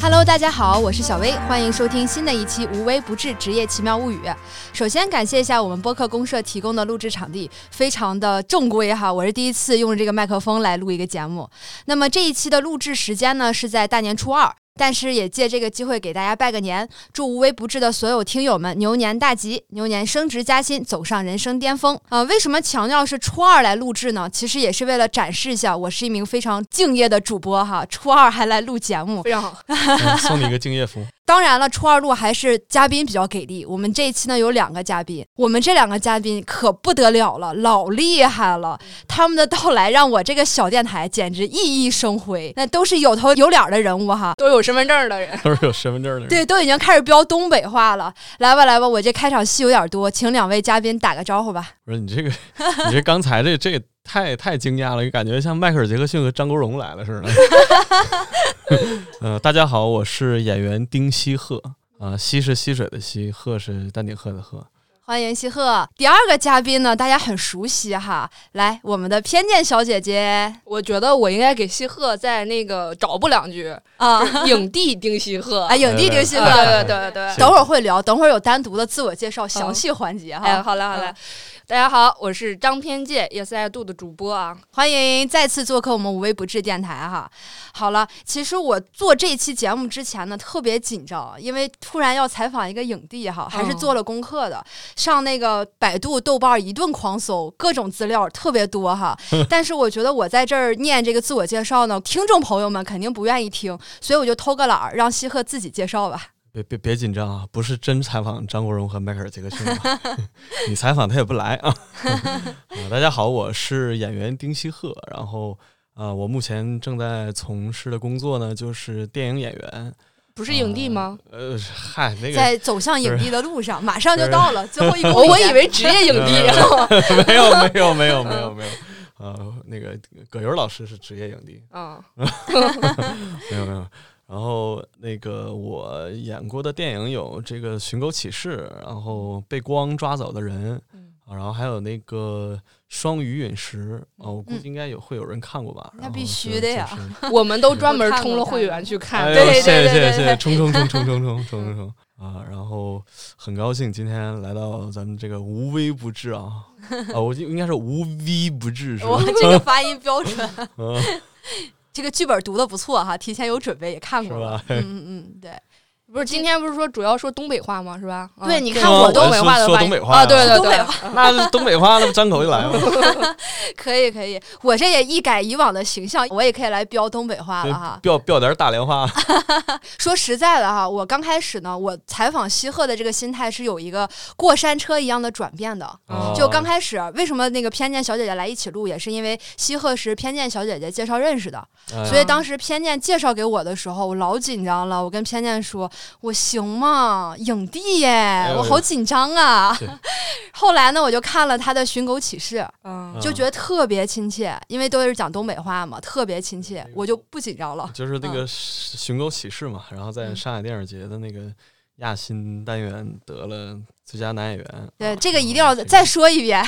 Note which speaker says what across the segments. Speaker 1: Hello，大家好，我是小薇，欢迎收听新的一期《无微不至职业奇妙物语》。首先感谢一下我们播客公社提供的录制场地，非常的正规哈，我是第一次用这个麦克风来录一个节目。那么这一期的录制时间呢是在大年初二，但是也借这个机会给大家拜个年，祝无微不至的所有听友们牛年大吉，牛年升职加薪，走上人生巅峰。啊、为什么强调是初二来录制呢？其实也是为了展示一下我是一名非常敬业的主播哈，初二还来录节目，
Speaker 2: 非常好，
Speaker 3: 嗯送你一个敬业福。
Speaker 1: 当然了，初二录还是嘉宾比较给力。我们这一期呢有两个嘉宾，我们这两个嘉宾可不得了了，老厉害了。
Speaker 2: 嗯
Speaker 1: 他们的到来让我这个小电台简直熠熠生辉，那都是有头有脸的人物哈。
Speaker 2: 都有身份证的人，
Speaker 3: 都是有身份证的人。
Speaker 1: 对，都已经开始飙东北话了。来吧，来吧，我这开场戏有点多，请两位嘉宾打个招呼吧。
Speaker 3: 不是你这个，你这刚才这这也太太惊讶了，感觉像迈克尔·杰克逊和张国荣来了似的。 呃，大家好，我是演员丁西鹤。啊、西是溪水的西，鹤是丹顶鹤的鹤。
Speaker 1: 欢迎西鹤。第二个嘉宾呢，大家很熟悉哈，来，我们的偏见小姐姐
Speaker 2: 我觉得我应该给西鹤在那个找补两 句，
Speaker 1: 啊，
Speaker 2: 影帝丁西鹤，
Speaker 1: 啊，影帝
Speaker 3: 哎
Speaker 1: 刘西
Speaker 2: 对
Speaker 1: 鹤。
Speaker 2: 对对对
Speaker 3: 行
Speaker 1: 等会儿会聊，等会儿有单独的自我介绍详细环节哈。
Speaker 2: 哎，好嘞好嘞，大家好，我是张偏见 Yes I Do 的主播啊，
Speaker 1: 欢迎再次做客我们无微不至电台哈。好了，其实我做这期节目之前呢，特别紧张，啊因为突然要采访一个影帝
Speaker 2: 哦
Speaker 1: 哈，还是做了功课的，上那个百度、豆瓣一顿狂搜，各种资料特别多哈。 但是我觉得我在这儿念这个自我介绍呢，听众朋友们肯定不愿意听，所以我就偷个懒儿，让西鹤自己介绍吧。
Speaker 3: 别别别紧张啊，不是真采访张国荣和迈克尔·杰克逊吧？ 你采访他也不来啊。 啊大家好，我是演员丁西鹤，然后啊、呃我目前正在从事的工作呢，就是电影演员。
Speaker 2: 不是影帝吗？
Speaker 3: 呃，嗨，那个
Speaker 1: 在走向影帝的路上，马上就到了，最后 一个
Speaker 2: 哦， 我以为职业影帝，
Speaker 3: 没有没有 没有没有没有，呃，那个葛优老师是职业影帝，
Speaker 2: 嗯，
Speaker 3: 没有没有。然后那个我演过的电影有这个《寻狗启事》，然后被光抓走的人，
Speaker 1: 嗯
Speaker 3: 啊然后还有那个《双鱼陨石》啊，我估计应该有会有人看过吧？
Speaker 1: 嗯那
Speaker 3: 然后
Speaker 1: 必
Speaker 3: 就
Speaker 1: 须的呀
Speaker 3: 就是
Speaker 2: 我们都专门充了会员去
Speaker 3: 哎
Speaker 2: 看，
Speaker 3: 呦
Speaker 1: 对对
Speaker 3: 谢谢
Speaker 1: 对
Speaker 3: 谢谢
Speaker 1: 对
Speaker 3: 谢
Speaker 1: 对
Speaker 3: 谢，冲冲冲冲冲冲冲冲 冲啊！然后很高兴今天来到咱们这个无微不 至啊，啊，我就应该是无微不至是吧？
Speaker 1: 哇，这个发音标准，
Speaker 3: 嗯
Speaker 1: 这个剧本读的不错哈，提前有准备，也看
Speaker 3: 是
Speaker 1: 过了。
Speaker 3: 吧？
Speaker 1: 嗯嗯嗯，对，
Speaker 2: 不是今天不是说主要说东北话吗？是吧？啊
Speaker 1: 对你看
Speaker 3: 是吗
Speaker 1: 我
Speaker 3: 我
Speaker 1: 东
Speaker 3: 东
Speaker 1: 北
Speaker 3: 北
Speaker 1: 话
Speaker 3: 话
Speaker 1: 的
Speaker 3: 的
Speaker 1: 发
Speaker 3: 说发
Speaker 1: 音
Speaker 3: 音，东北
Speaker 2: 啊，
Speaker 3: 话
Speaker 2: 对对
Speaker 1: 东北
Speaker 2: 对，
Speaker 1: 话
Speaker 3: 那是东北话，那不张口就 来了。
Speaker 1: 可以可以，我这也一改以往的形象，我也可以来飙东北话了哈。
Speaker 3: 标标嗯点大连话，
Speaker 1: 啊说实在的哈，我刚开始呢，我采访西鹤的这个心态是有一个过山车一样的转变的。
Speaker 2: 哦
Speaker 1: 就刚开始，为什么那个偏见小姐姐来一起录，也是因为西鹤是偏见小姐姐介绍认识的，
Speaker 3: 哎
Speaker 1: 所以当时偏见介绍给我的时候，我老紧张了。我跟偏见说：“我行吗？影帝耶，
Speaker 3: 哎呦
Speaker 1: 我好紧张啊
Speaker 3: 对！”
Speaker 1: 后来呢，我就看了他的《寻狗启事》，
Speaker 2: 嗯
Speaker 3: 嗯
Speaker 1: 就觉得特别亲切，因为都是讲东北话嘛，特别亲切，我就不紧张了。
Speaker 3: 就是那个《寻狗启事》嘛，然后
Speaker 1: 嗯
Speaker 3: 在上海电影节的那个亚新单元得了最佳男演员。
Speaker 1: 对，
Speaker 3: 啊
Speaker 1: 这个一定要再说一遍。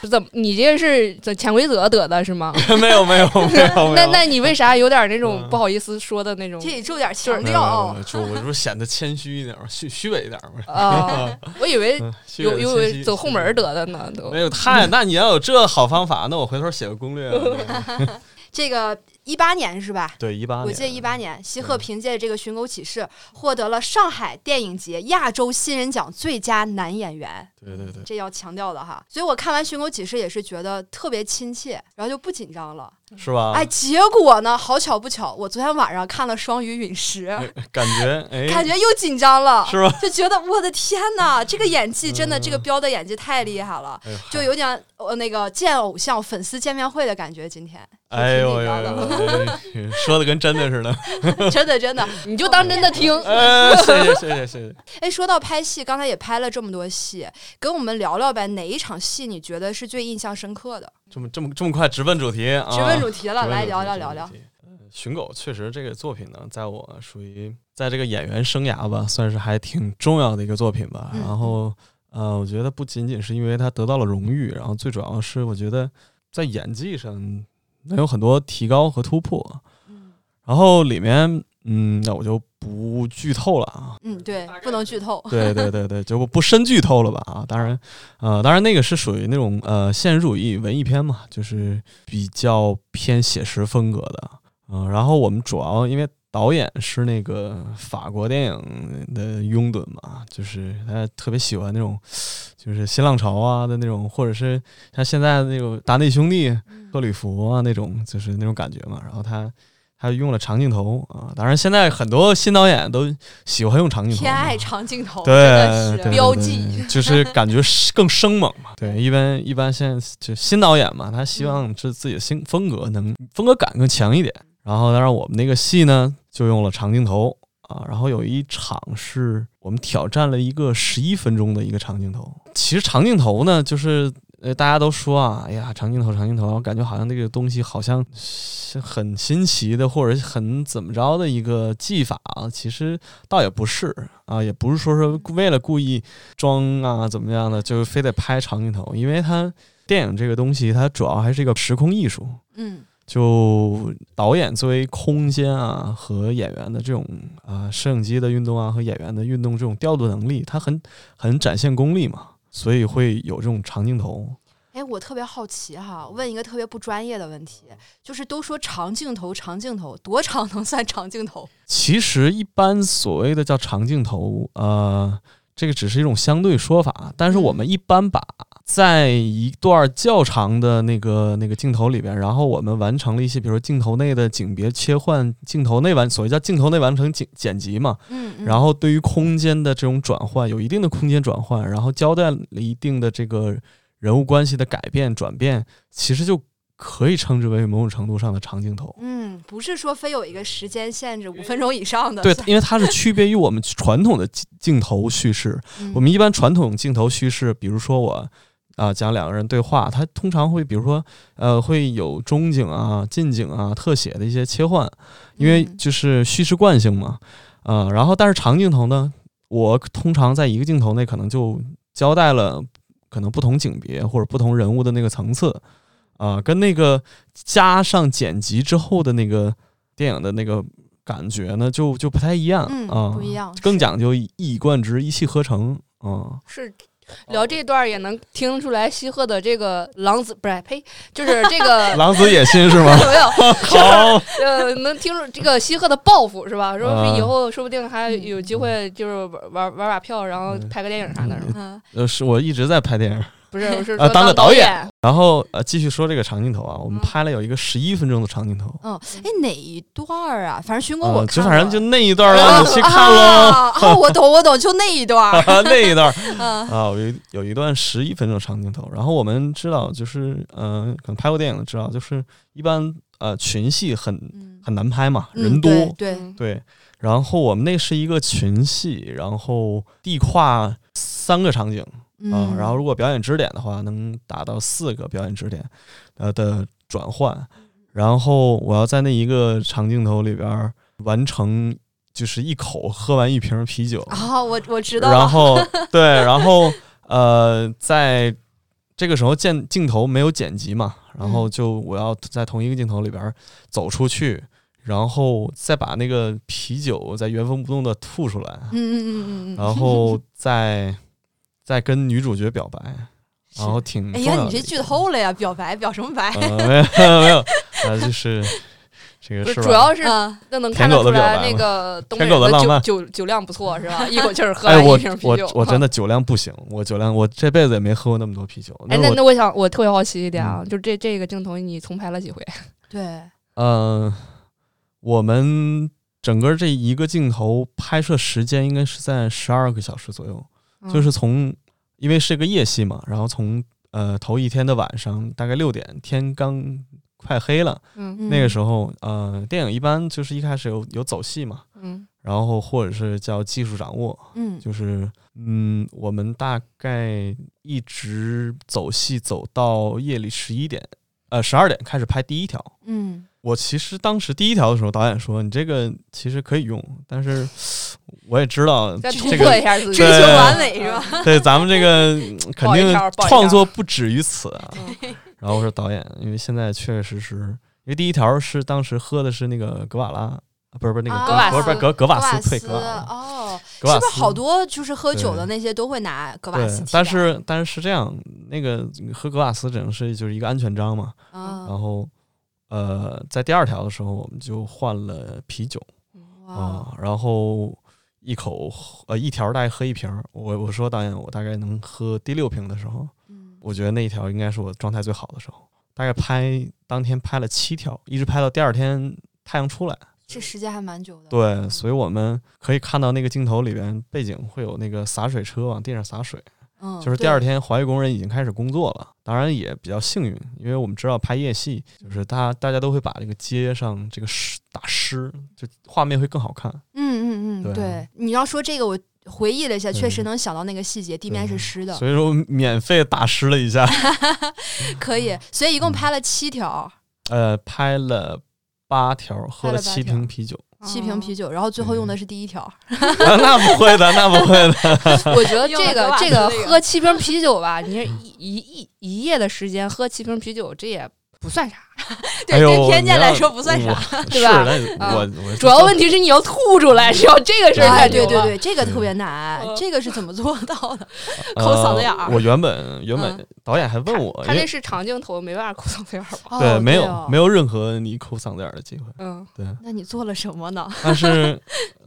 Speaker 2: 是怎么？你这是怎潜规则得的是吗？
Speaker 3: 没有没有没有 没
Speaker 2: 那
Speaker 3: 有。
Speaker 2: 那你为啥有点那种
Speaker 3: 嗯
Speaker 2: 不好意思说的那种
Speaker 1: 这？里注点强
Speaker 3: 没
Speaker 1: 调哦
Speaker 3: 有没有 没。有就我就显得谦虚一点嘛，虚虚伪一点嘛。
Speaker 2: 啊，我以为
Speaker 3: 嗯 虚伪
Speaker 2: 有
Speaker 3: 的
Speaker 2: 有
Speaker 3: 谦虚
Speaker 2: 走后门儿得的呢，都
Speaker 3: 没有 太，那你要有这好方法，那我回头写个攻略 啊。
Speaker 1: 这个一八年是吧？
Speaker 3: 对，一八年，嗯
Speaker 1: 我记得一八年，西鹤
Speaker 3: 对
Speaker 1: 凭借这个《寻狗启事》获得了上海电影节亚洲新人奖最佳男演员。
Speaker 3: 对对对，
Speaker 1: 这要强调的哈。所以我看完《寻狗启事》也是觉得特别亲切，然后就不紧张了。
Speaker 3: 是吧？
Speaker 1: 哎，结果呢，好巧不巧，我昨天晚上看了《双鱼陨石》，
Speaker 3: 感觉哎，
Speaker 1: 感觉又紧张了，
Speaker 3: 是吧？
Speaker 1: 就觉得我的天 哪，这个演技真的，
Speaker 3: 嗯
Speaker 1: 这个彪的演技太厉害了。
Speaker 3: 哎呦
Speaker 1: 就有点呃那个见偶像粉丝见面会的感觉，今 天
Speaker 3: 哎呦
Speaker 1: 挺紧
Speaker 3: 呦
Speaker 1: 张的，
Speaker 3: 呦，哎说的跟真的似 的。
Speaker 1: 真的真的。
Speaker 2: 你就当真的听。
Speaker 3: 哎，谢谢谢谢谢谢。
Speaker 1: 哎，说到拍戏，刚才也拍了这么多戏，跟我们聊聊呗，哪一场戏你觉得是最印象深刻的？
Speaker 3: 这么这么这么快直奔主题啊！
Speaker 1: 直奔主题了，
Speaker 3: 直奔主题
Speaker 1: 来聊聊聊。聊
Speaker 3: 直。奔主题呃寻狗确实这个作品呢，在我属于在这个演员生涯吧，算是还挺重要的一个作品吧。
Speaker 1: 嗯
Speaker 3: 然后呃，我觉得不仅仅是因为他得到了荣誉，然后最主要是我觉得在演技上能有很多提高和突破。
Speaker 1: 嗯
Speaker 3: 然后里面嗯，那我就不剧透了啊。
Speaker 1: 嗯，对，不能剧透。
Speaker 3: 对对对对，就不不深剧透了吧啊。当然，呃，当然那个是属于那种呃现实主义文艺片嘛，就是比较偏写实风格的。嗯、然后我们主要因为导演是那个法国电影的拥趸嘛，就是他特别喜欢那种就是新浪潮啊的那种，或者是像现在的那种达内兄弟、特吕弗啊那种，就是那种感觉嘛。然后他。他用了长镜头啊，当然现在很多新导演都喜欢用长镜头嘛，
Speaker 1: 偏爱长镜头，真的是
Speaker 3: 嗯对对对
Speaker 2: 标
Speaker 3: 对
Speaker 2: 记
Speaker 3: 对就是感觉是更生猛 嘛。对，一般一般现在就新导演嘛，他
Speaker 1: 嗯
Speaker 3: 希望是自己的新风格能风格感更强一点。然后，当然我们那个戏呢，就用了长镜头啊。然后有一场是我们挑战了一个十一分钟的一个长镜头。其实长镜头呢，就是呃，大家都说啊，哎呀，长镜头，长镜头，感觉好像这个东西好像是很新奇的，或者很怎么着的一个技法啊。其实倒也不是啊，也不是说是为了故意装啊怎么样的，就非得拍长镜头，因为它电影这个东西，它主要还是一个时空艺术。
Speaker 1: 嗯
Speaker 3: 就导演作为空间啊和演员的这种啊、摄影机的运动啊和演员的运动这种调度能力，它很很展现功力嘛，所以会有这种长镜头。
Speaker 1: 哎，我特别好奇哈，问一个特别不专业的问题，就是都说长镜头，长镜头，多长能算长镜头？
Speaker 3: 其实一般所谓的叫长镜头，呃，这个只是一种相对说法，但是我们一般把在一段较长的那个那个镜头里边，然后我们完成了一些，比如说镜头内的景别切换，镜头内完所谓叫镜头内完成剪剪辑嘛，
Speaker 1: 嗯，嗯
Speaker 3: 然后对于空间的这种转换，有一定的空间转换，然后交代了一定的这个人物关系的改变、转变，其实就可以称之为某种程度上的长镜头。
Speaker 1: 嗯，不是说非有一个时间限制，五分钟以上的。
Speaker 3: 对，因为它是区别于我们传统的镜镜头叙事。
Speaker 1: 嗯
Speaker 3: 我们一般传统镜头叙事，比如说我啊、讲两个人对话，它通常会比如说呃会有中景啊、近景啊、特写的一些切换，因为
Speaker 1: 嗯
Speaker 3: 就是叙事惯性嘛，啊、然后但是长镜头呢，我通常在一个镜头内可能就交代了可能不同景别或者不同人物的那个层次，啊、跟那个加上剪辑之后的那个电影的那个感觉呢，就就不太一样啊、
Speaker 1: 嗯不一样
Speaker 3: 更
Speaker 1: 是
Speaker 3: 讲究一以贯之、一气呵成啊。
Speaker 2: 是聊这段儿也能听出来西鹤的这个狼子不是呸，就是这个
Speaker 3: 狼子野心是 吗？
Speaker 2: 没有
Speaker 3: 好，
Speaker 2: 呃，能听出这个西鹤的抱负是吧？说
Speaker 3: 啊
Speaker 2: 是以后说不定还有机会，就是玩玩玩把票，然后拍个电影啥的，是吧
Speaker 1: 嗯
Speaker 3: 呃，是我一直在拍电影，
Speaker 2: 不是？我是
Speaker 3: 啊
Speaker 2: 说
Speaker 3: 当个导
Speaker 2: 导
Speaker 3: 演，然后呃，继续说这个长镜头啊，我们
Speaker 2: 嗯
Speaker 3: 拍了有一个十一分钟的长镜头，
Speaker 1: 嗯，哎，哪一段儿啊？反正寻哥
Speaker 3: 呃
Speaker 1: 我
Speaker 3: 就
Speaker 1: 看过、
Speaker 3: 反正就那一段儿
Speaker 1: 啊
Speaker 3: 了，你去看喽，
Speaker 1: 啊啊我懂，我懂，就那一段儿。
Speaker 3: 那一段儿
Speaker 1: 嗯
Speaker 3: 啊，有一有一段十一分钟长镜头，然后我们知道就是，呃，可能拍过电影的知道，就是一般呃群戏很
Speaker 1: 嗯，
Speaker 3: 很难拍嘛，
Speaker 1: 嗯
Speaker 3: 人多，
Speaker 1: 对对，
Speaker 2: 嗯
Speaker 3: 对，然后我们那是一个群戏，然后地跨三个场景。啊、
Speaker 1: 嗯，
Speaker 3: 然后如果表演支点的话，能达到四个表演支点，呃的转换。然后我要在那一个长镜头里边儿完成，就是一口喝完一瓶啤酒，
Speaker 1: 啊，我我知道
Speaker 3: 然
Speaker 1: 了，
Speaker 3: 后对，然后呃，在这个时候见镜头没有剪辑嘛，
Speaker 1: 嗯
Speaker 3: 然后就我要在同一个镜头里边儿走出去，然后再把那个啤酒再原封不动的吐出来，
Speaker 1: 嗯嗯嗯嗯 嗯。
Speaker 3: 然后再再跟女主角表白，然后挺
Speaker 1: 哎
Speaker 3: 嗯重要
Speaker 1: 呀，
Speaker 3: 的
Speaker 1: 你这
Speaker 3: 一
Speaker 1: 剧
Speaker 3: 个
Speaker 1: 透了呀！表白表什么白？
Speaker 3: 呃没有 没有，啊就是这个
Speaker 2: 不是
Speaker 3: 是
Speaker 2: 主
Speaker 3: 吧？
Speaker 2: 要是
Speaker 1: 嗯，
Speaker 2: 那能
Speaker 3: 舔
Speaker 2: 看
Speaker 3: 狗
Speaker 2: 得
Speaker 3: 的
Speaker 2: 出
Speaker 3: 表
Speaker 2: 来
Speaker 3: 白
Speaker 2: 那
Speaker 3: 吗
Speaker 2: 个东北
Speaker 3: 舔狗的
Speaker 2: 人
Speaker 3: 浪
Speaker 2: 酒
Speaker 3: 漫
Speaker 2: 酒酒量不错是吧？一口气儿喝
Speaker 3: 哎，
Speaker 2: 完
Speaker 3: 我
Speaker 2: 一瓶啤
Speaker 3: 我
Speaker 2: 酒，
Speaker 3: 我真的酒量不行，我酒量我这辈子也没喝过那么多啤酒。
Speaker 2: 哎，
Speaker 3: 是
Speaker 2: 那
Speaker 3: 我
Speaker 2: 那我想我特别好奇一点啊，就这这个镜头你重拍了几回？
Speaker 1: 对，
Speaker 3: 嗯，我们整个这一个镜头拍摄时间应该是在十二个小时左右，
Speaker 2: 嗯
Speaker 3: 就是从因为是个夜戏嘛，然后从呃头一天的晚上大概六点，天刚快黑了，
Speaker 2: 嗯
Speaker 3: 那个时候呃电影一般就是一开始有有走戏嘛，
Speaker 2: 嗯
Speaker 3: 然后或者是叫技术掌握，
Speaker 1: 嗯，
Speaker 3: 就是嗯我们大概一直走戏走到夜里十一点，呃十二点开始拍第一条。
Speaker 1: 嗯
Speaker 3: 我其实当时第一条的时候，导演说你这个其实可以用，但是 我也知道
Speaker 2: 再突
Speaker 3: 这
Speaker 2: 破
Speaker 3: 个
Speaker 2: 一下自己，
Speaker 1: 追求
Speaker 3: 对
Speaker 1: 完美是吧？
Speaker 3: 对咱们这个肯
Speaker 2: 爆一
Speaker 3: 定
Speaker 2: 条爆一条
Speaker 3: 创作不止于此啊。
Speaker 1: 嗯
Speaker 3: 然后我说导演，因为现在确实是因为第一条是当时喝的是那个格瓦拉不是不是那个
Speaker 1: 啊
Speaker 3: 格、
Speaker 2: 格瓦
Speaker 3: 不是不是
Speaker 1: 斯
Speaker 3: 格格瓦斯
Speaker 1: 斯
Speaker 3: 退格瓦
Speaker 1: 哦，
Speaker 3: 格瓦
Speaker 1: 是不
Speaker 3: 斯
Speaker 1: 是好多就是喝酒的
Speaker 3: 对
Speaker 1: 那些都会拿格瓦斯替
Speaker 3: 对
Speaker 1: 代？，
Speaker 3: 但是但是是这样，那个喝格瓦斯只能是就是一个安全章嘛，
Speaker 1: 嗯，
Speaker 3: 然后呃，在第二条的时候我们就换了啤酒
Speaker 1: 哇，
Speaker 3: 啊、然后一口喝呃一条大概喝一瓶儿，我我说导演我大概能喝第六瓶的时候，
Speaker 1: 嗯
Speaker 3: 我觉得那一条应该是我状态最好的时候，大概拍当天拍了七条，一直拍到第二天太阳出来。
Speaker 1: 这时间还蛮久的。
Speaker 3: 对，所以我们可以看到那个镜头里边背景会有那个洒水车往地上洒水，
Speaker 1: 嗯，
Speaker 3: 就是第
Speaker 2: 对
Speaker 3: 二天环卫工人已经开始工作了。当然也比较幸运，因为我们知道拍夜戏，就是大大家都会把这个街上这个湿打湿，就画面会更好看。
Speaker 1: 嗯嗯嗯，
Speaker 3: 对
Speaker 1: 对，你要说这个，我回忆了一下，
Speaker 3: 对
Speaker 1: 确实能想到那个细节，地面是湿的，
Speaker 3: 所以说免费打湿了 一下，
Speaker 1: 可
Speaker 3: 嗯
Speaker 1: 以。所以一共拍了七条，
Speaker 3: 呃，拍了八条，
Speaker 1: 拍
Speaker 3: 喝
Speaker 1: 了
Speaker 3: 了
Speaker 1: 八
Speaker 3: 七
Speaker 1: 条
Speaker 3: 瓶啤酒。
Speaker 1: 七瓶啤
Speaker 2: 酒。
Speaker 1: 酒，然后最后
Speaker 3: 对
Speaker 1: 用的是第一条。
Speaker 3: 啊，那不会的，那不会的。
Speaker 2: 我觉得
Speaker 1: 用
Speaker 2: 这
Speaker 1: 了格
Speaker 2: 个
Speaker 1: 瓦斯
Speaker 2: 这个
Speaker 1: 那个
Speaker 2: 喝七瓶啤酒吧，你这一一一一夜的时间喝七瓶啤酒，这也不算 啥。
Speaker 1: 对，
Speaker 3: 哎呦
Speaker 1: 对偏见
Speaker 3: 你
Speaker 1: 来
Speaker 3: 要
Speaker 1: 说不算啥。嗯
Speaker 3: 我
Speaker 2: 对吧
Speaker 3: 是，那
Speaker 2: 啊
Speaker 3: 我 我
Speaker 2: 主要问题是你要吐出来，只要这个事儿啊
Speaker 1: 哎，
Speaker 2: 太
Speaker 1: 对
Speaker 2: 牛
Speaker 1: 对
Speaker 2: 了。
Speaker 1: 对，这个特别难，
Speaker 2: 嗯
Speaker 1: 这个是怎么做到的？
Speaker 3: 呃
Speaker 1: 抠嗓子眼儿
Speaker 3: 我原本原本
Speaker 1: 嗯
Speaker 3: 导演还问我，
Speaker 2: 他
Speaker 3: 因为
Speaker 2: 那是长镜头，没办法抠嗓子眼儿吧？
Speaker 1: 哦
Speaker 3: 对，没有、
Speaker 1: 哦
Speaker 3: 没有任何你抠嗓子眼儿的机会。
Speaker 2: 嗯，
Speaker 3: 对，
Speaker 1: 那你做了什么 呢？
Speaker 3: 但是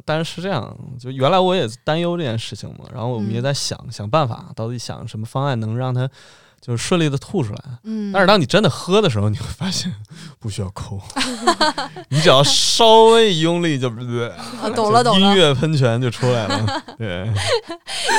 Speaker 3: 但是是这样，就原来我也担忧这件事情嘛，然后我们
Speaker 1: 嗯
Speaker 3: 也在想、想办法，到底想什么方案能让它就是顺利的吐出来。
Speaker 1: 嗯，
Speaker 3: 但是当你真的喝的时候，你会发现不需要抠， 你只要稍微一用力就，
Speaker 1: 啊懂了懂
Speaker 3: 音
Speaker 1: 了，
Speaker 3: 乐喷泉就出来了。对，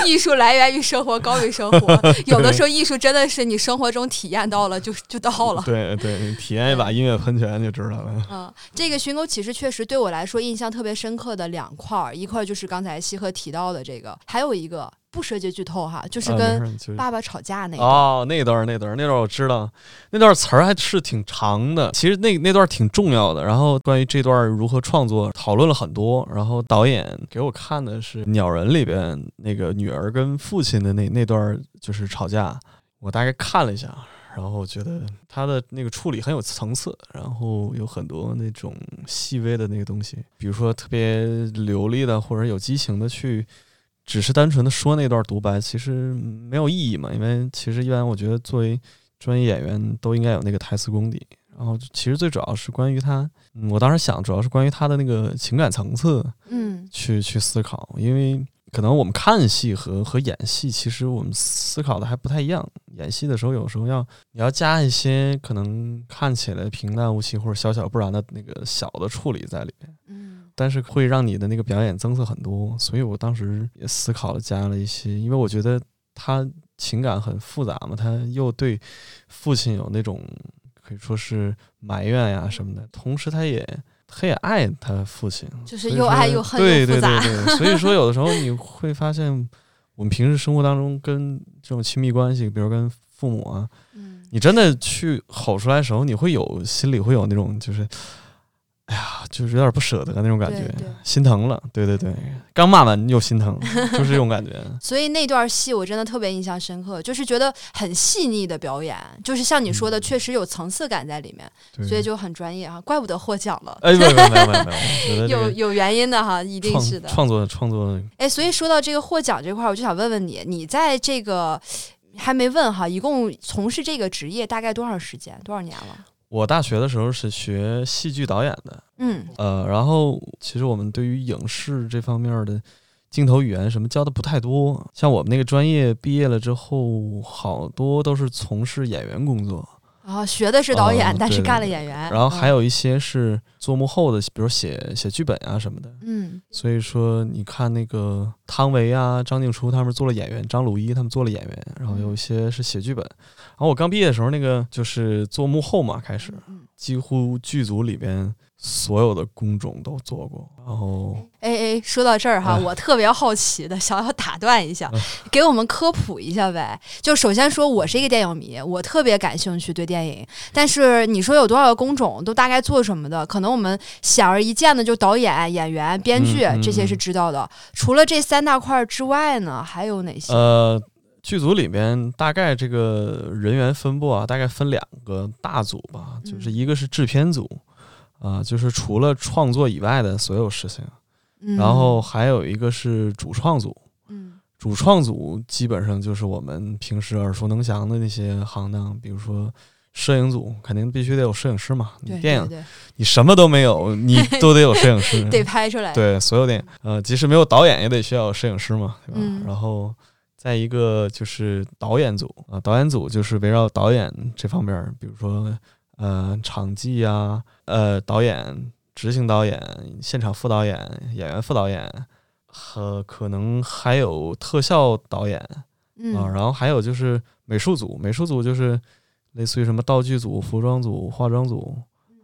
Speaker 1: 艺术来源于生活，高于生 活。有的时候艺术真的是你生活中体验到了就就到了。
Speaker 3: 对对，你体验一把音乐喷泉就知道了。
Speaker 1: 嗯，这个《寻狗启事》确实对我来说印象特别深刻的两块儿，一块儿就是刚才西鹤提到的这个，还有一个不涉及剧透哈，就是
Speaker 3: 啊没
Speaker 1: 跟
Speaker 3: 事你就是
Speaker 1: 爸爸吵架那个。
Speaker 3: 哦，那段儿那段儿那段儿我知道，那段儿词儿还是挺长的。其实那那段儿挺重要的。然后关于这段儿如何创作，讨论了很多。然后导演给我看的是《鸟人》里边那个女儿跟父亲的那那段儿就是吵架，我大概看了一下，然后觉得他的那个处理很有层次，然后有很多那种细微的那个东西，比如说特别流利的或者有激情的去。只是单纯的说那段独白，其实没有意义嘛，因为其实一般我觉得作为专业演员都应该有那个台词功底。然后其实最主要是关于他，嗯，我当时想主要是关于他的那个情感层次
Speaker 1: 嗯
Speaker 3: 去去思考，因为可能我们看戏和和演戏，其实我们思考的还不太一样。演戏的时候，有时候要你要加一些可能看起来平淡无奇或者小小不然的那个小的处理在里面。
Speaker 1: 嗯
Speaker 3: 但是会让你的那个表演增色很多。所以我当时也思考了，加了一些，因为我觉得他情感很复杂嘛，他又对父亲有那种可以说是埋怨呀什么的，同时他也他也爱他父亲，
Speaker 2: 嗯
Speaker 1: 就是
Speaker 3: 所以
Speaker 1: 又
Speaker 3: 说
Speaker 1: 爱又恨
Speaker 3: 对
Speaker 1: 又复
Speaker 3: 对
Speaker 1: 杂
Speaker 3: 对对，所以说有的时候你会发现，我们平时生活当中跟这种亲密关系，比如跟父母啊，
Speaker 1: 嗯
Speaker 3: 你真的去吼出来的时候，你会有心里会有那种就是，哎呀，就是有点不舍得那种感觉
Speaker 1: 对对，
Speaker 3: 心疼了。对对对，刚骂完又 心疼，就是这种感觉。
Speaker 1: 所以那段戏我真的特别印象深刻，就是觉得很细腻的表演，就是像你说的，
Speaker 3: 嗯
Speaker 1: 确实有层次感在里面，
Speaker 3: 对
Speaker 1: 所以就很专业啊，怪不得获奖了，
Speaker 3: 哎，没有没有没有没有没有，我觉得这
Speaker 1: 有
Speaker 3: 个
Speaker 1: 有原因的哈，一定是
Speaker 3: 创
Speaker 1: 的。
Speaker 3: 创作创作
Speaker 1: 哎，所以说到这个获奖这块儿，我就想问问你，你在这个还没问哈，一共从事这个职业大概多长时间，多少年了？
Speaker 3: 我大学的时候是学戏剧导演的，
Speaker 1: 嗯
Speaker 3: 呃，然后其实我们对于影视这方面的镜头语言什么教的不太多，像我们那个专业毕业了之后，好多都是从事演员工作，
Speaker 1: 啊，学的是导演，
Speaker 3: 哦
Speaker 1: 但是
Speaker 3: 对
Speaker 1: 干了演员，
Speaker 2: 嗯
Speaker 3: 然后还
Speaker 1: 有
Speaker 3: 有一些是做幕后的，比如写写剧本啊什么的。
Speaker 1: 嗯
Speaker 3: 所以说，你看那个汤唯啊、张静初他们做了演员，张鲁一他们做了演员，然后
Speaker 1: 嗯
Speaker 3: 有一些是写剧本。然后我刚毕业的时候，那个就是做幕后嘛，开始
Speaker 1: 嗯
Speaker 3: 几乎剧组里边所有的工种都做过。然后
Speaker 1: 哎哎，说到这儿哈，
Speaker 3: 啊
Speaker 1: 我特别好奇的， 想要打断一下
Speaker 3: 啊，
Speaker 1: 给我们科普一下呗。就首先说，我是一个电影迷，我特别感兴趣对电影，但是你说有多少个工种，都大概做什么的，可能我们显而易见的就导演、演员、编剧
Speaker 3: 嗯嗯
Speaker 1: 这些是知道的。除了这三大块儿之外呢，还有哪些？
Speaker 3: 呃，剧组里面大概这
Speaker 1: 嗯
Speaker 3: 个人员分布啊，大概分两个大组吧，就是一个是制片组，啊、就是除了创作以外的所有事情。
Speaker 1: 嗯
Speaker 3: 然后还有一个是主创组，
Speaker 1: 嗯
Speaker 3: 主创组基本上就是我们平时耳熟能详的那些行当，比如说摄影组，肯定必须得有摄影师嘛。你
Speaker 1: 对
Speaker 3: 嗯电
Speaker 1: 对
Speaker 3: 影
Speaker 1: 对。
Speaker 3: 你什么都没有，你都得有摄影师
Speaker 1: 得拍出来，
Speaker 3: 对，所有电影，呃，即使没有导演，也得需要有摄影师嘛，对吧？
Speaker 1: 嗯
Speaker 3: 然后再一个就是导演组啊、导演组就是围绕导演这方面儿，比如说呃场记啊，呃导演、执行导演、现场副导演、演员副导演和可能还有特效导演啊、
Speaker 1: 嗯
Speaker 3: 然后还有就是美术组，美术组就是类似于什么道具组、服装组、化妆组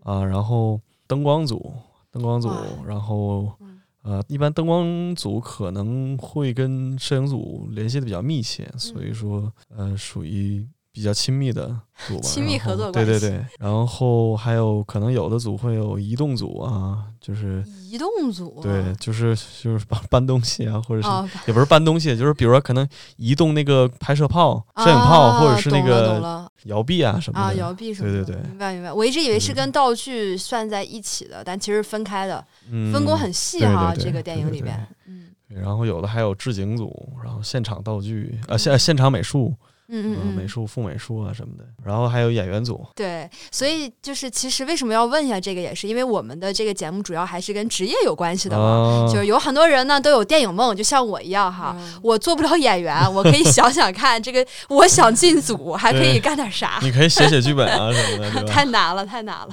Speaker 3: 啊、然后灯光组。灯光组
Speaker 1: 嗯哇，
Speaker 3: 然后
Speaker 1: 嗯
Speaker 3: 呃，一般灯光组可能会跟摄影组联系的比较密切，所
Speaker 1: 嗯
Speaker 3: 以说呃，属于比较亲密的组吧，
Speaker 1: 亲密
Speaker 3: 然后
Speaker 1: 合作
Speaker 3: 对对
Speaker 1: 关系
Speaker 3: 对，然后还有可能有的组会有移动组啊，就是
Speaker 1: 移动组啊
Speaker 3: 对，就是就是搬搬东西啊，或者是。
Speaker 1: 哦，
Speaker 3: 也不是搬东西，就是比如说可能移动那个拍摄炮、摄影炮，
Speaker 1: 啊
Speaker 3: 或者是那
Speaker 1: 懂了懂
Speaker 3: 个
Speaker 1: 了
Speaker 3: 摇臂啊什么的。
Speaker 1: 啊摇臂什么
Speaker 3: 对
Speaker 1: 的，
Speaker 3: 对对
Speaker 1: 明白明白。我一直以为是
Speaker 3: 对对
Speaker 1: 跟道具算在一起的，但其实分开的，
Speaker 3: 嗯
Speaker 1: 分工很细
Speaker 3: 对
Speaker 1: 哈。
Speaker 3: 对对
Speaker 1: 这个电影里边，嗯
Speaker 3: 对然后有的还有置景组，然后现场道具，呃，现现场美术，
Speaker 1: 嗯嗯
Speaker 3: 嗯，
Speaker 1: 嗯，
Speaker 3: 美术、副美术啊什么的，然后还有演员组，
Speaker 1: 对，所以就是其实为什么要问一下这个，也是因为我们的这个节目主要还是跟职业有关系的嘛，
Speaker 3: 啊
Speaker 1: 就是有很多人呢都有电影梦，就像我一样哈。
Speaker 2: 嗯
Speaker 1: 我做不了演员，我可以想想看，这个我想进组，还可以干点啥？
Speaker 3: 你可以写写剧本啊什么的，对吧？
Speaker 1: 太难了，太难了！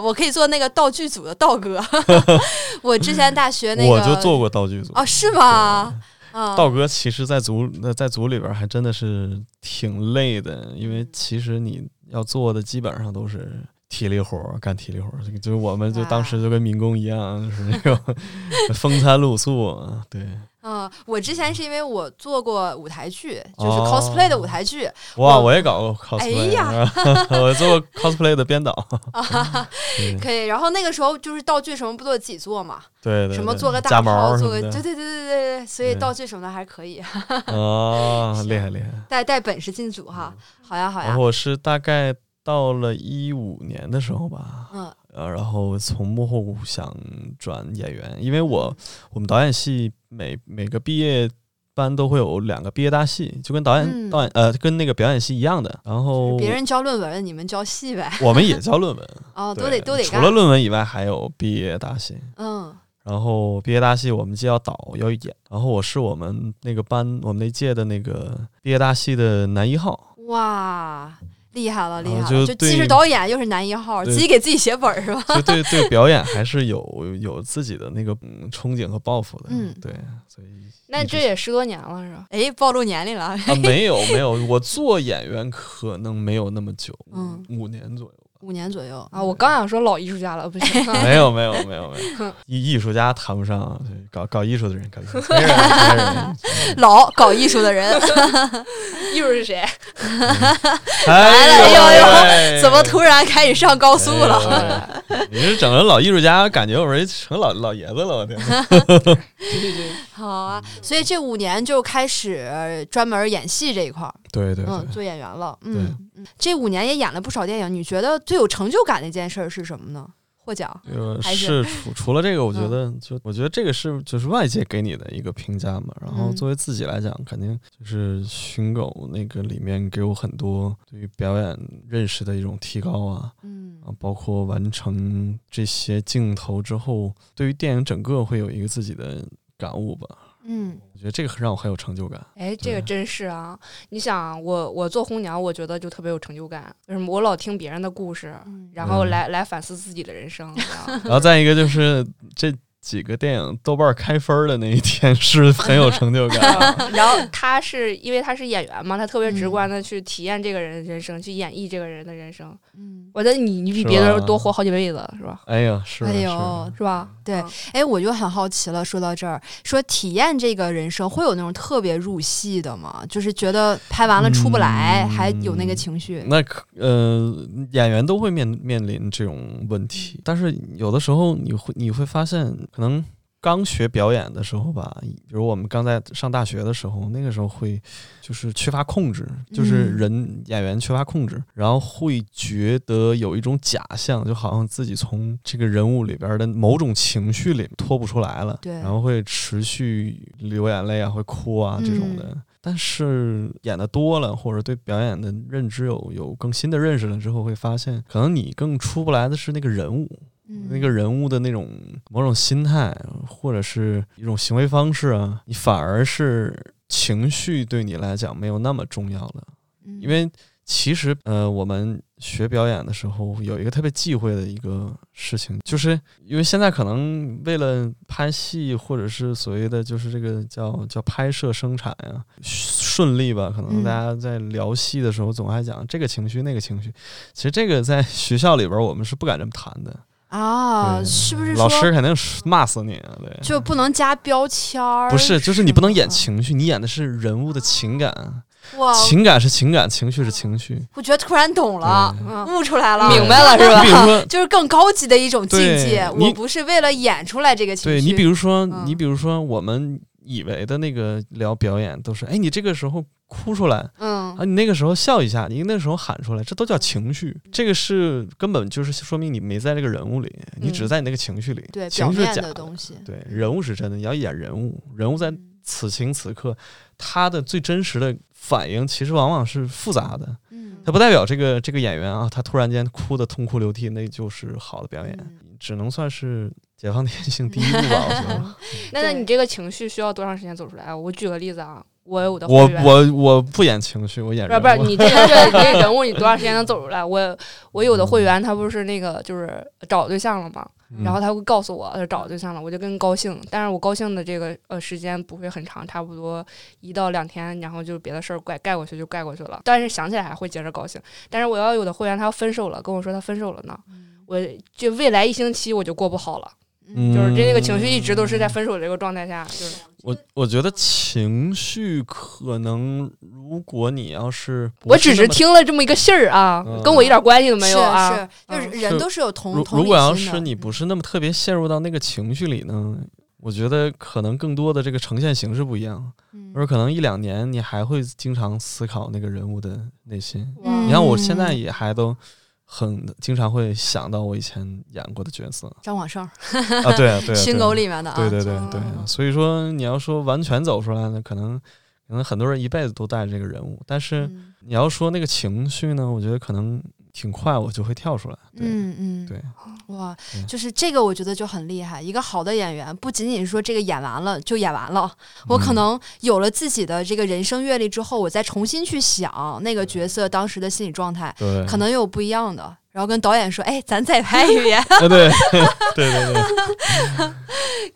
Speaker 1: 我可以做那个道具组的道 哥。我之前大学那个
Speaker 3: 我就做过道具组，
Speaker 1: 哦，是吗？啊，
Speaker 3: 道哥其实，在组那在组里边还真的是挺累的，因
Speaker 1: 嗯
Speaker 3: 为其实你要做的基本上都是体力活儿，干体力活儿，就就是我们就
Speaker 1: 哇
Speaker 3: 当时就跟民工一样，就是 那种风餐露宿啊，对，
Speaker 1: 嗯，我之前是因为我做过舞台剧，就是
Speaker 3: 哦
Speaker 1: cosplay 的舞台剧，
Speaker 3: 哇，
Speaker 1: 我
Speaker 3: 我也搞过 cosplay，
Speaker 1: 哎呀
Speaker 3: 我做过 cosplay 的编导，对
Speaker 1: 可以。然后那个时候就是道具什么不都得自己做嘛，
Speaker 3: 对对，
Speaker 1: 什么做个
Speaker 3: 假
Speaker 1: 大
Speaker 3: 毛
Speaker 1: 炮，
Speaker 3: 儿什
Speaker 1: 做个
Speaker 3: 么
Speaker 1: 对对
Speaker 3: 的
Speaker 1: 对对对对，所以
Speaker 3: 对
Speaker 1: 道具什么的还可以，
Speaker 3: 啊，厉害厉害。
Speaker 1: 带带本事进组哈。好呀好
Speaker 3: 嗯然
Speaker 1: 呀
Speaker 3: 后，我是大概到了一五年的时候吧，
Speaker 1: 嗯
Speaker 3: 呃，然后从幕后想转演员，因为我我们导演系每每个毕业班都会有两个毕业大戏，就跟导演、
Speaker 1: 嗯
Speaker 3: 导演呃跟那个表演系一样的。然后
Speaker 1: 别人交论文，你们交戏呗，
Speaker 3: 我们也交论文，
Speaker 1: 哦，都
Speaker 3: 对
Speaker 1: 得都得
Speaker 3: 除
Speaker 1: 干
Speaker 3: 了，论文以外，还有毕业大戏。
Speaker 1: 嗯
Speaker 3: 然后毕业大戏我们既要导要演，然后我是我们那个班我们那届的那个毕业大戏的男一号，
Speaker 1: 哇。厉害了，厉害
Speaker 3: 然后
Speaker 1: 了！
Speaker 3: 就
Speaker 1: 就
Speaker 3: 对
Speaker 1: 既是导演又是男一号，
Speaker 3: 对
Speaker 1: 自己给自己写本儿是吧？
Speaker 3: 就对对表演还是有有自己的那个嗯憧憬和抱负的。
Speaker 1: 嗯
Speaker 3: 对，所以
Speaker 2: 那
Speaker 3: 一直
Speaker 2: 这也十多年了是吧？
Speaker 1: 哎，暴露年龄了，
Speaker 3: 啊没有没有，我做演员可能没有那么久，
Speaker 1: 嗯
Speaker 3: 五年左右。
Speaker 1: 五年左右
Speaker 3: 嗯
Speaker 2: 啊，我刚想说老艺术家了，不 行，
Speaker 3: 没有没有没有没有，艺艺术家谈不上啊，对搞搞艺术的人，搞艺术没人没人。
Speaker 1: 老搞艺术的人，
Speaker 2: 艺术是谁？
Speaker 1: 哎
Speaker 3: 哎
Speaker 1: 怎么突然开始上高速了？
Speaker 3: 了？哎呦喂你是整成老艺术家，感觉我这成老老爷子了，我天！
Speaker 1: 好啊，所以这五年就开始专门演戏这一块儿，
Speaker 3: 对对
Speaker 1: 嗯，做演员了，嗯，嗯这五年也演了不少电影。你觉得最有成就感的一件事儿是什么呢？获奖，
Speaker 3: 呃，
Speaker 1: 还嗯
Speaker 3: 是除除了这个，我觉得就我觉得这个是就是外界给你的一个评价嘛。然后
Speaker 1: 嗯
Speaker 3: 作为自己来讲，肯定就是《寻狗》那个里面给我很多对于表演认识的一种提高啊，
Speaker 1: 嗯
Speaker 3: 啊，包括完成这些镜头之后，对于电影整个会有一个自己的感悟吧。
Speaker 1: 嗯
Speaker 3: 我觉得这个让我很有成就 感。
Speaker 2: 哎，这个
Speaker 3: 对
Speaker 2: 真是啊！你想，我我做红娘，我觉得就特别有成就感。为什么？我老听别人的故事，
Speaker 1: 嗯，
Speaker 2: 然后
Speaker 3: 嗯
Speaker 2: 来、来反思自己的人生。你知道吗
Speaker 3: 然后再一个就是这几个电影豆瓣开分的那一天是很有成就感。
Speaker 2: 然后他是因为他是演员嘛，他特别直
Speaker 1: 嗯
Speaker 2: 观的去体验这个人的人生，去演绎这个人的人生。
Speaker 1: 嗯，
Speaker 2: 我觉得你你比
Speaker 3: 是
Speaker 2: 别的人
Speaker 3: 吧
Speaker 2: 多活好几辈子，是吧？
Speaker 3: 哎呀，是的
Speaker 1: 哎
Speaker 3: 是啊
Speaker 1: 呦
Speaker 3: 的，
Speaker 2: 是吧？
Speaker 1: 对
Speaker 2: 嗯
Speaker 1: 哎，我就很好奇了。说到这儿，说体验这个人生会有那种特别入戏的吗？就是觉得拍完了出不来，
Speaker 3: 嗯
Speaker 1: 还有那个情绪。
Speaker 3: 那可呃，演员都会面面临这种问题，但是有的时候你会你会发现，可能刚学表演的时候吧，比如我们刚在上大学的时候，那个时候会就是缺乏控制，就是人演员缺乏控制，然后会觉得有一种假象，就好像自己从这个人物里边的某种情绪里脱不出来了，
Speaker 1: 对
Speaker 3: 然后会持续流眼泪啊，会哭啊这种的。但是演的多了，或者对表演的认知有有更新的认识了之后，会发现可能你更出不来的是那个人物，
Speaker 1: 嗯
Speaker 3: 那个人物的那种某种心态，或者是一种行为方式啊，你反而是情绪对你来讲没有那么重要了。
Speaker 1: 嗯
Speaker 3: 因为其实呃，我们学表演的时候有一个特别忌讳的一个事情，就是因为现在可能为了拍戏，或者是所谓的就是这个叫叫拍摄生产呀、顺利吧，可
Speaker 1: 嗯
Speaker 3: 能大家在聊戏的时候总还讲这个情绪那个情绪，其实这个在学校里边我们是不敢这么谈的。
Speaker 1: 啊，
Speaker 3: 对
Speaker 1: 是不是
Speaker 3: 老
Speaker 1: 说
Speaker 3: 师肯定是骂死你啊！对，
Speaker 1: 就嗯不能加标签儿？
Speaker 3: 不是，就是你不能演
Speaker 1: 什
Speaker 3: 情绪，你演的是人物的情感，
Speaker 1: 么的哇，
Speaker 3: 情感是情感，情绪是情绪。
Speaker 1: 我觉得突然懂了，
Speaker 3: 对
Speaker 2: 嗯，
Speaker 1: 悟出来了，
Speaker 2: 明白了是吧
Speaker 3: 你比如说，
Speaker 1: 就是更高级的一种境界。
Speaker 3: 对你
Speaker 1: 我不是为了演出来这个情绪，
Speaker 3: 对你比如说，你
Speaker 1: 嗯
Speaker 3: 比如说，我们以为的那个聊表演都是，哎，你这个时候哭出来
Speaker 2: 嗯
Speaker 3: 啊，你那个时候笑一下，你那时候喊出来，这都叫情绪。
Speaker 1: 嗯
Speaker 3: 这个是根本就是说明你没在这个人物里，你只
Speaker 1: 嗯
Speaker 3: 在你那个情绪里，
Speaker 1: 对表
Speaker 3: 情绪是
Speaker 1: 面
Speaker 3: 假
Speaker 1: 的东西，
Speaker 3: 对，人物是真的，你要演人物，人物在
Speaker 1: 嗯
Speaker 3: 此情此刻，他的最真实的反应其实往往是复杂的，
Speaker 1: 嗯，
Speaker 3: 它不代表这个这个演员啊，他突然间哭得痛哭流涕，那就是好的表演，
Speaker 1: 嗯
Speaker 3: 只能算是解放 天性第一步吧，我觉得。
Speaker 2: 那那
Speaker 1: 对
Speaker 2: 你这个情绪需要多长时间走出来？我举个例子啊，我有的
Speaker 3: 我
Speaker 2: 会员
Speaker 3: 我我不演情绪，我演
Speaker 2: 不是
Speaker 3: 人
Speaker 2: 啊不是，
Speaker 3: 物
Speaker 2: 你这个这个这个人物，你多长时间能走出 来？我我有的会员他不是那个就是找对象了嘛，
Speaker 3: 嗯
Speaker 2: 然后他会告诉我他找对象了，我就更高兴。但是我高兴的这个呃时间不会很长，差不多一到两天，然后就别的事儿盖盖过去就盖过去了。但是想起来还会接着高兴。但是我要有的会员他要分手了，跟我说他分手了呢，我就未来一星期我就过不好了，
Speaker 1: 嗯
Speaker 2: 就是这个情绪一直都
Speaker 3: 嗯
Speaker 2: 是在分手这个状态下，就是
Speaker 3: 我我觉得情绪可能，如果你要是不
Speaker 2: 我
Speaker 3: 是
Speaker 2: 只
Speaker 3: 那
Speaker 2: 是
Speaker 3: 么，
Speaker 2: 听了这么一个信儿啊，
Speaker 3: 嗯
Speaker 2: 跟我一点关系都没有
Speaker 1: 是
Speaker 2: 啊。
Speaker 1: 是，就是
Speaker 2: 嗯
Speaker 1: 人
Speaker 3: 是
Speaker 1: 都是有同
Speaker 3: 如
Speaker 1: 同
Speaker 3: 如
Speaker 1: 理
Speaker 3: 果要
Speaker 1: 心的
Speaker 3: 是你不是那么特别陷入到那个情绪里呢，我觉得可能更多的这个呈现形式不一样，
Speaker 1: 嗯
Speaker 3: 或者可能一两年你还会经常思考那个人物的内心。
Speaker 1: 嗯
Speaker 3: 你看，我现
Speaker 1: 嗯
Speaker 3: 在也还都很经常会想到我以前演过的角 色
Speaker 1: 张广胜
Speaker 3: 啊，对啊，对啊，
Speaker 1: 《
Speaker 3: 对
Speaker 1: 寻
Speaker 3: 啊
Speaker 1: 狗》里面的啊，
Speaker 3: 对对对对啊
Speaker 1: 嗯，
Speaker 3: 所以说你要说完全走出来呢，可能可能很多人一辈子都带着这个人物，但是
Speaker 1: 嗯
Speaker 3: 你要说那个情绪呢，我觉得可能挺快我就会跳出来，对
Speaker 1: 嗯嗯，
Speaker 3: 对，
Speaker 1: 哇，
Speaker 3: 嗯
Speaker 1: 就是这个，我觉得就很厉害。一个好的演员，不仅仅是说这个演完了就演完了，我可
Speaker 3: 嗯
Speaker 1: 能有了自己的这个人生阅历之后，我再重新去想那个角色当时的心理状态，
Speaker 3: 对，
Speaker 1: 可能又有不一样的。然后跟导演说：“哎，咱再拍一遍。
Speaker 3: 啊对对对对，”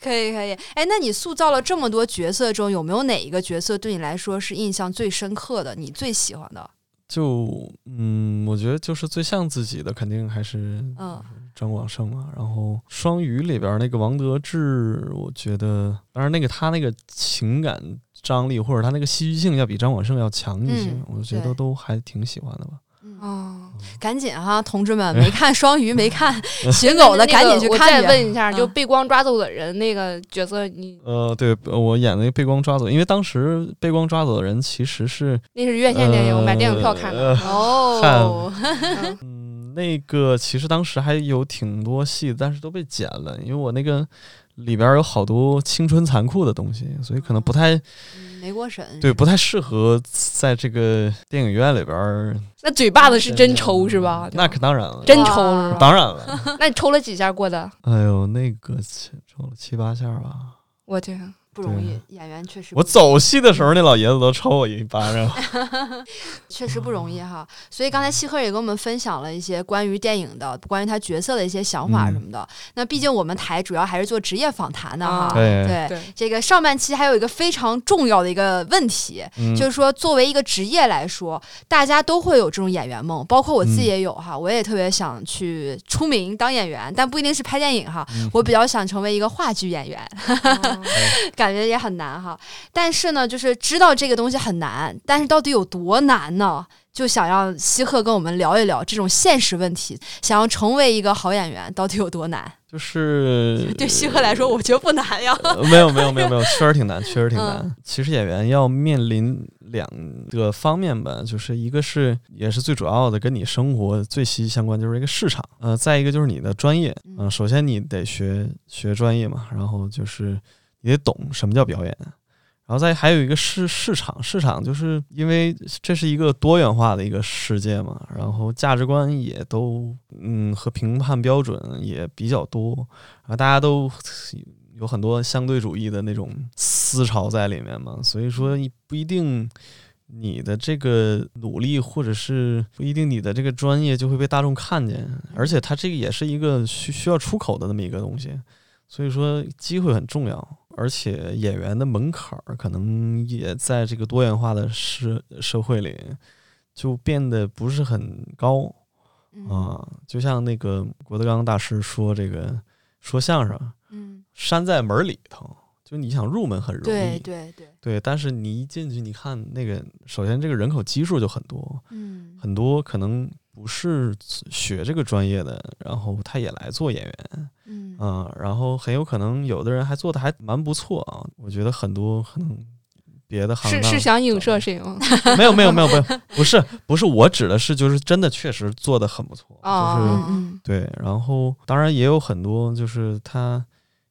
Speaker 1: 可以，可以。哎，那你塑造了这么多角色中，有没有哪一个角色对你来说是印象最深刻的，你最喜欢的？
Speaker 3: 就嗯，我觉得就是最像自己的肯定还是
Speaker 1: 嗯
Speaker 3: 张广胜嘛，然后《双鱼》里边那个王德志，我觉得，当然那个他那个情感张力或者他那个戏剧性要比张广胜要强一些，
Speaker 1: 嗯
Speaker 3: 我觉
Speaker 1: 对
Speaker 3: 得都还挺喜欢的吧。
Speaker 1: 嗯，
Speaker 2: 啊，
Speaker 1: 赶紧哈、同志们，
Speaker 3: 嗯
Speaker 1: 没看《双鱼》，没 看《寻
Speaker 2: 那
Speaker 1: 狗》的，
Speaker 2: 那个
Speaker 1: 赶紧去
Speaker 2: 我
Speaker 1: 看
Speaker 2: 再
Speaker 1: 去。
Speaker 2: 问一下，就
Speaker 1: 嗯
Speaker 2: 被光抓走的人那个角色，你
Speaker 3: 呃，对我演那个《被光抓走》，因为当时《被光抓走》的人其实是呃
Speaker 2: 那是院线电影，我买电影票看的。
Speaker 1: 哦，
Speaker 2: 嗯
Speaker 3: 嗯，那个其实当时还有挺多戏，但是都被剪了，因为我那个里边有好多青春残酷的东西，所以可能不太
Speaker 1: 嗯没过审。
Speaker 3: 对，不太适合在这个电影院里边儿
Speaker 2: 那嘴巴子是真抽是吧？
Speaker 3: 呃那可当然了，
Speaker 2: 真抽是吧？
Speaker 3: 当然了。
Speaker 2: 那你抽了几下过的？
Speaker 3: 哎呦，那个七抽了七八下吧。
Speaker 2: 我天，
Speaker 1: 不容易，演员确实不
Speaker 3: 我走戏的时候，那老爷子都抽我一巴掌。
Speaker 1: 确实不容易哈。所以刚才西赫也跟我们分享了一些关于电影的、关于他角色的一些想法
Speaker 3: 嗯
Speaker 1: 什么的。那毕竟我们台主要还是做职业访谈的哈
Speaker 2: 啊。
Speaker 3: 对，
Speaker 1: 对
Speaker 2: 对
Speaker 1: 这个上半期还有一个非常重要的一个问题，
Speaker 3: 嗯
Speaker 1: 就是说作为一个职业来说，大家都会有这种演员梦，包括我自己
Speaker 3: 嗯
Speaker 1: 也有哈。我也特别想去出名
Speaker 3: 嗯
Speaker 1: 当演员，但不一定是拍电影哈。我比较想成为一个话剧演员，
Speaker 2: 嗯
Speaker 1: 感感觉也很难哈。但是呢，就是知道这个东西很难，但是到底有多难呢？就想让西鹤跟我们聊一聊这种现实问题，想要成为一个好演员到底有多难？
Speaker 3: 就是
Speaker 1: 对西鹤来说，我觉得不难呀。
Speaker 3: 呃 没有没有没有没有，确实挺难，确实挺难。
Speaker 1: 嗯
Speaker 3: 其实演员要面临两个方面吧，就是一个是也是最主要的，跟你生活最息息相关，就是一个市场。呃，再一个就是你的专业。嗯、
Speaker 1: 嗯
Speaker 3: 首先你得学学专业嘛，然后就是你得懂什么叫表演。然后再还有一个市市场，市场就是因为这是一个多元化的一个世界嘛，然后价值观也都嗯和评判标准也比较多，然后大家都有很多相对主义的那种思潮在里面嘛，所以说你不一定你的这个努力，或者是不一定你的这个专业就会被大众看见，而且它这个也是一个需需要出口的那么一个东西，所以说机会很重要。而且演员的门槛儿可能也在这个多元化的社社会里，就变得不是很高。
Speaker 1: 嗯
Speaker 3: 啊，就像那个郭德纲大师说这个说相声，
Speaker 1: 嗯，
Speaker 3: 山在门儿里头，就你想入门很容易，
Speaker 1: 对对对，
Speaker 3: 对但是你一进去，你看那个，首先这个人口基数就很多，
Speaker 1: 嗯
Speaker 3: 很多可能不是学这个专业的，然后他也来做演员，
Speaker 1: 嗯
Speaker 3: 嗯，然后很有可能有的人还做的还蛮不错啊，我觉得很多可能。别的行
Speaker 2: 是
Speaker 3: 当
Speaker 2: 是想影射谁 吗？
Speaker 3: 没有没有没有没有不是不是我指的是就是真的确实做的很不错，就是
Speaker 2: 哦
Speaker 1: 嗯嗯
Speaker 3: 对，然后当然也有很多就是他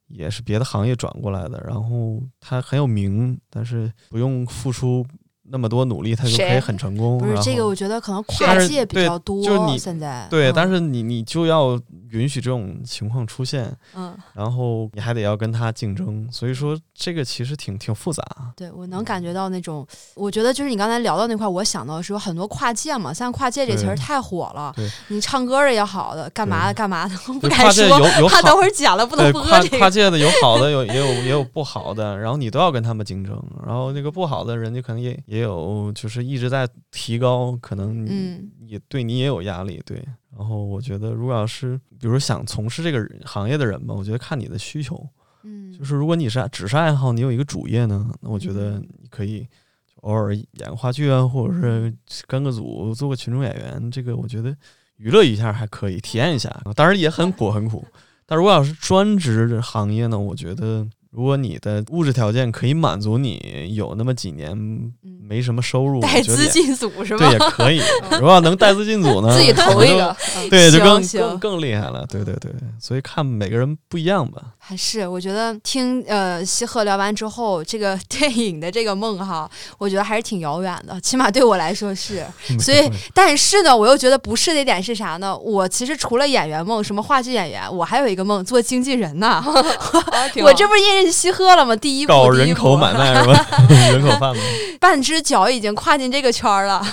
Speaker 3: 也是别的行业转过来的，然后他很有名，但是不用付出那么多努力，他就可以
Speaker 2: 谁
Speaker 3: 很成功。
Speaker 1: 不是
Speaker 3: 然
Speaker 1: 这个，
Speaker 3: 后
Speaker 1: 我觉得可能
Speaker 3: 但
Speaker 1: 跨
Speaker 3: 是
Speaker 1: 界比
Speaker 3: 对
Speaker 1: 较多，
Speaker 3: 就是你
Speaker 1: 现在
Speaker 3: 对，
Speaker 1: 嗯
Speaker 3: 但是你你就要允许这种情况出现，
Speaker 1: 嗯，
Speaker 3: 然后你还得要跟他竞争，所以说这个其实挺挺复杂。
Speaker 1: 对我
Speaker 3: 嗯
Speaker 1: 能感觉到那种，我觉得就是你刚才聊到那块儿，我想到的是有很多跨界嘛，现在跨界这词儿
Speaker 3: 对
Speaker 1: 太火了
Speaker 3: 对，
Speaker 1: 你唱歌的也好的，干嘛的
Speaker 3: 对
Speaker 1: 干嘛的，我不
Speaker 3: 对
Speaker 1: 敢
Speaker 3: 跨界
Speaker 1: 说，
Speaker 3: 有有
Speaker 1: 怕等
Speaker 3: 好
Speaker 1: 会儿剪了不能
Speaker 3: 对
Speaker 1: 播
Speaker 3: 呃跨
Speaker 1: 这
Speaker 3: 跨
Speaker 1: 个。
Speaker 3: 界的有好的，有也有也有不好的，然后你都要跟他们竞争，然后那个不好的人家可能也也有就是一直在提高，可能你
Speaker 1: 嗯
Speaker 3: 也对你也有压力，对。然后我觉得，如果要是比如想从事这个人行业的人吧，我觉得看你的需求，
Speaker 1: 嗯，
Speaker 3: 就是如果你是只是爱好，你有一个主业呢，那我觉得
Speaker 1: 嗯
Speaker 3: 你可以就偶尔演个话剧啊，或者是跟个组做个群众演员，这个我觉得娱乐一下还可以，体验一下，当然也很苦很苦。但如果要是专职的行业呢，我觉得如果你的物质条件可以满足你有那么几年
Speaker 1: 嗯
Speaker 3: 没什么收入，
Speaker 1: 带
Speaker 2: 哎
Speaker 3: 我觉得
Speaker 1: 资
Speaker 3: 也
Speaker 1: 进组是
Speaker 3: 对
Speaker 1: 吧
Speaker 3: 也？可以。如果要能带资进组 呢，
Speaker 2: 自己投一个，嗯
Speaker 3: 对就
Speaker 1: 行
Speaker 3: 更
Speaker 1: 行
Speaker 3: 更更厉害了。对对对，所以看每个人不一样吧。
Speaker 1: 还是我觉得听呃西鹤聊完之后，这个 电影的这个梦哈，我觉得还是挺遥远的，起码对我来说是。所 以但是呢，我又觉得不是的一点是啥呢？我其实除了演员梦，什么话剧演员，我还有一个梦，做经纪人呢。
Speaker 3: 嗯
Speaker 2: 啊挺好
Speaker 1: 我这不是认识西鹤了吗？第一步，
Speaker 3: 搞
Speaker 1: 第一
Speaker 3: 人
Speaker 1: 步
Speaker 3: 口买 卖是吧？人口 贩卖。
Speaker 1: 半只脚已经跨进这个圈儿了。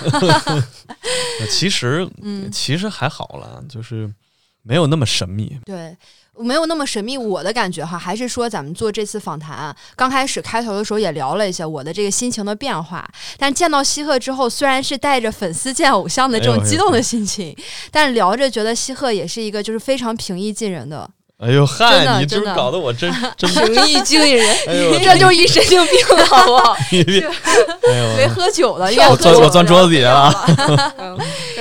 Speaker 3: 呃其实
Speaker 1: 嗯，
Speaker 3: 其实还好啦，就是没有那么神秘。
Speaker 1: 对，没有那么神秘。我的感觉哈，还是说咱们做这次访谈，啊刚开始开头的时候也聊了一下我的这个心情的变化。但见到西鹤之后，虽然是带着粉丝见偶像的这
Speaker 3: 哎
Speaker 1: 种
Speaker 3: 呦
Speaker 1: 激动的心情，但聊着觉得西鹤也是一个就是非常平易近人的，
Speaker 3: 哎呦
Speaker 1: 真的
Speaker 3: 嗨，你这
Speaker 1: 真的
Speaker 3: 搞得我真 真，
Speaker 2: 平易近人，
Speaker 3: 哎呦，
Speaker 1: 这就是一神经病了，好不
Speaker 2: 啊
Speaker 1: 好？
Speaker 3: 你别，哎
Speaker 1: 没
Speaker 3: 呦，
Speaker 1: 喝酒了，应该喝
Speaker 3: 我
Speaker 2: 跳
Speaker 1: 酒
Speaker 3: 钻
Speaker 1: 了
Speaker 3: 我钻桌子底下了。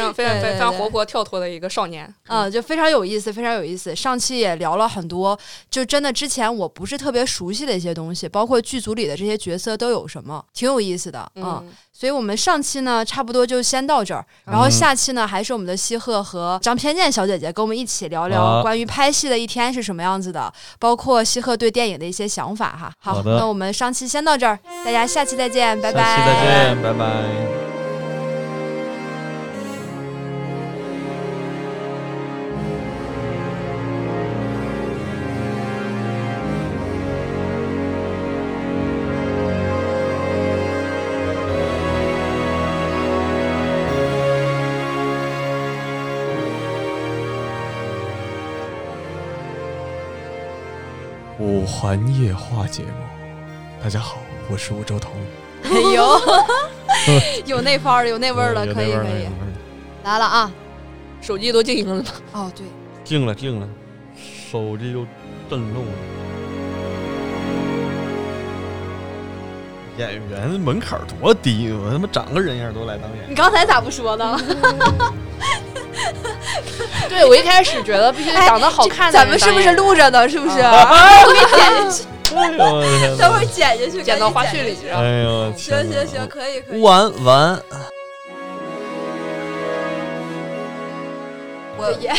Speaker 2: 嗯，非常非常
Speaker 1: 对对
Speaker 2: 非常
Speaker 1: 对
Speaker 2: 活泼跳脱的一个少年。
Speaker 1: 嗯，就非常有意思，非常有意思。上期也聊了很多，就真的之前我不是特别熟悉的一些东西，包括剧组里的这些角色都有什么，挺有意思的。嗯，
Speaker 2: 嗯，
Speaker 1: 所以我们上期呢，差不多就先到这儿，然
Speaker 3: 嗯
Speaker 1: 后下期呢，还是我们的西鹤和张偏见小姐姐跟我们一起聊聊
Speaker 3: 好
Speaker 1: 关于拍戏的一天是什么样子的，包括西鹤对电影的一些想法哈。好，
Speaker 3: 好的
Speaker 1: 那我们上期先到这儿，大家下期再见，拜拜，
Speaker 3: 下期再见，拜拜。五环夜话节目，大家好，我是五洲头。
Speaker 1: 哎呦， 有那范儿，有那味儿了，
Speaker 3: 有
Speaker 1: 可
Speaker 3: 那
Speaker 1: 以
Speaker 3: 味儿
Speaker 1: 可
Speaker 3: 了
Speaker 1: 以
Speaker 3: 有那，味儿了
Speaker 1: 来了啊，
Speaker 2: 手机都静音了。
Speaker 1: 哦对。
Speaker 3: 静了静了，手机又震动了。演员门槛儿多低，啊我他妈长个人样儿都来当演 员。
Speaker 1: 你刚才咋不说呢？
Speaker 2: 嗯 对我一开始觉得必须得长得好看的
Speaker 1: 咱
Speaker 2: 人
Speaker 1: 们
Speaker 2: 当
Speaker 1: 是
Speaker 2: 演员，
Speaker 1: 不是录着呢？是不是？啊
Speaker 3: 啊
Speaker 1: 我给你剪进 去，
Speaker 3: 哎呦我的天
Speaker 1: 等会
Speaker 3: 哪
Speaker 1: 儿！剪进去，
Speaker 2: 剪到花
Speaker 1: 赶
Speaker 2: 絮
Speaker 1: 紧
Speaker 2: 里
Speaker 1: 进去。
Speaker 2: 去？
Speaker 3: 哎呦我天
Speaker 1: 行
Speaker 3: 哪
Speaker 1: 行行，，可以可以。
Speaker 3: 完 完，
Speaker 1: 我也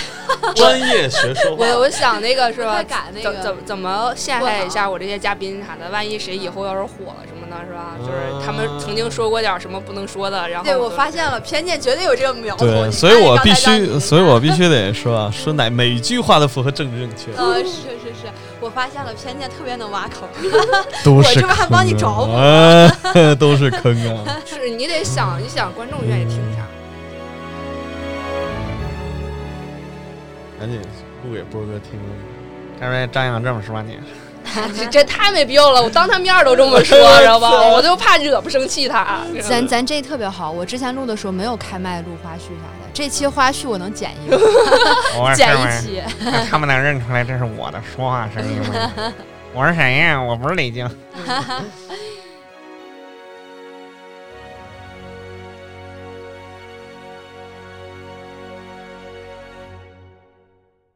Speaker 3: 专业学说话
Speaker 2: 我我想那个是
Speaker 1: 不太
Speaker 2: 吧？
Speaker 1: 敢那
Speaker 2: 怎
Speaker 1: 个
Speaker 2: 怎怎么陷害一下我这些嘉宾啥的？万一谁以后要是火了什么的，是吧？就是他们曾经说过点什么不能说的，然后
Speaker 1: 对，我
Speaker 2: 就
Speaker 1: 发现了，偏见绝对有这个苗头。
Speaker 3: 对，
Speaker 1: 哎你
Speaker 3: 所以
Speaker 1: 看
Speaker 3: 我
Speaker 1: 刚才
Speaker 3: 必
Speaker 1: 让你
Speaker 3: 须，所以我必须得说啊，说哪每一句话都符合政治正 确，
Speaker 1: 呃，是是是，我发现了，偏见特别能挖坑。
Speaker 3: 都
Speaker 1: 我
Speaker 3: 是
Speaker 1: 这不还帮你
Speaker 3: 坑
Speaker 1: 找补
Speaker 3: 啊，哎 都是坑啊！
Speaker 2: 是你得想一想观众愿意听啥。
Speaker 3: 赶紧录给波哥听，要不然张扬这么说你，
Speaker 2: 这这太没必要了，我当他面儿都这么说，知道吧？我就怕惹不生气他。啊
Speaker 1: 咱咱这特别好，我之前录的时候没有开麦录花絮啥的，这期花絮我能剪一个，剪一期。
Speaker 4: 那他们能认出来这是我的说话声音吗？我是谁呀？我不是李菁。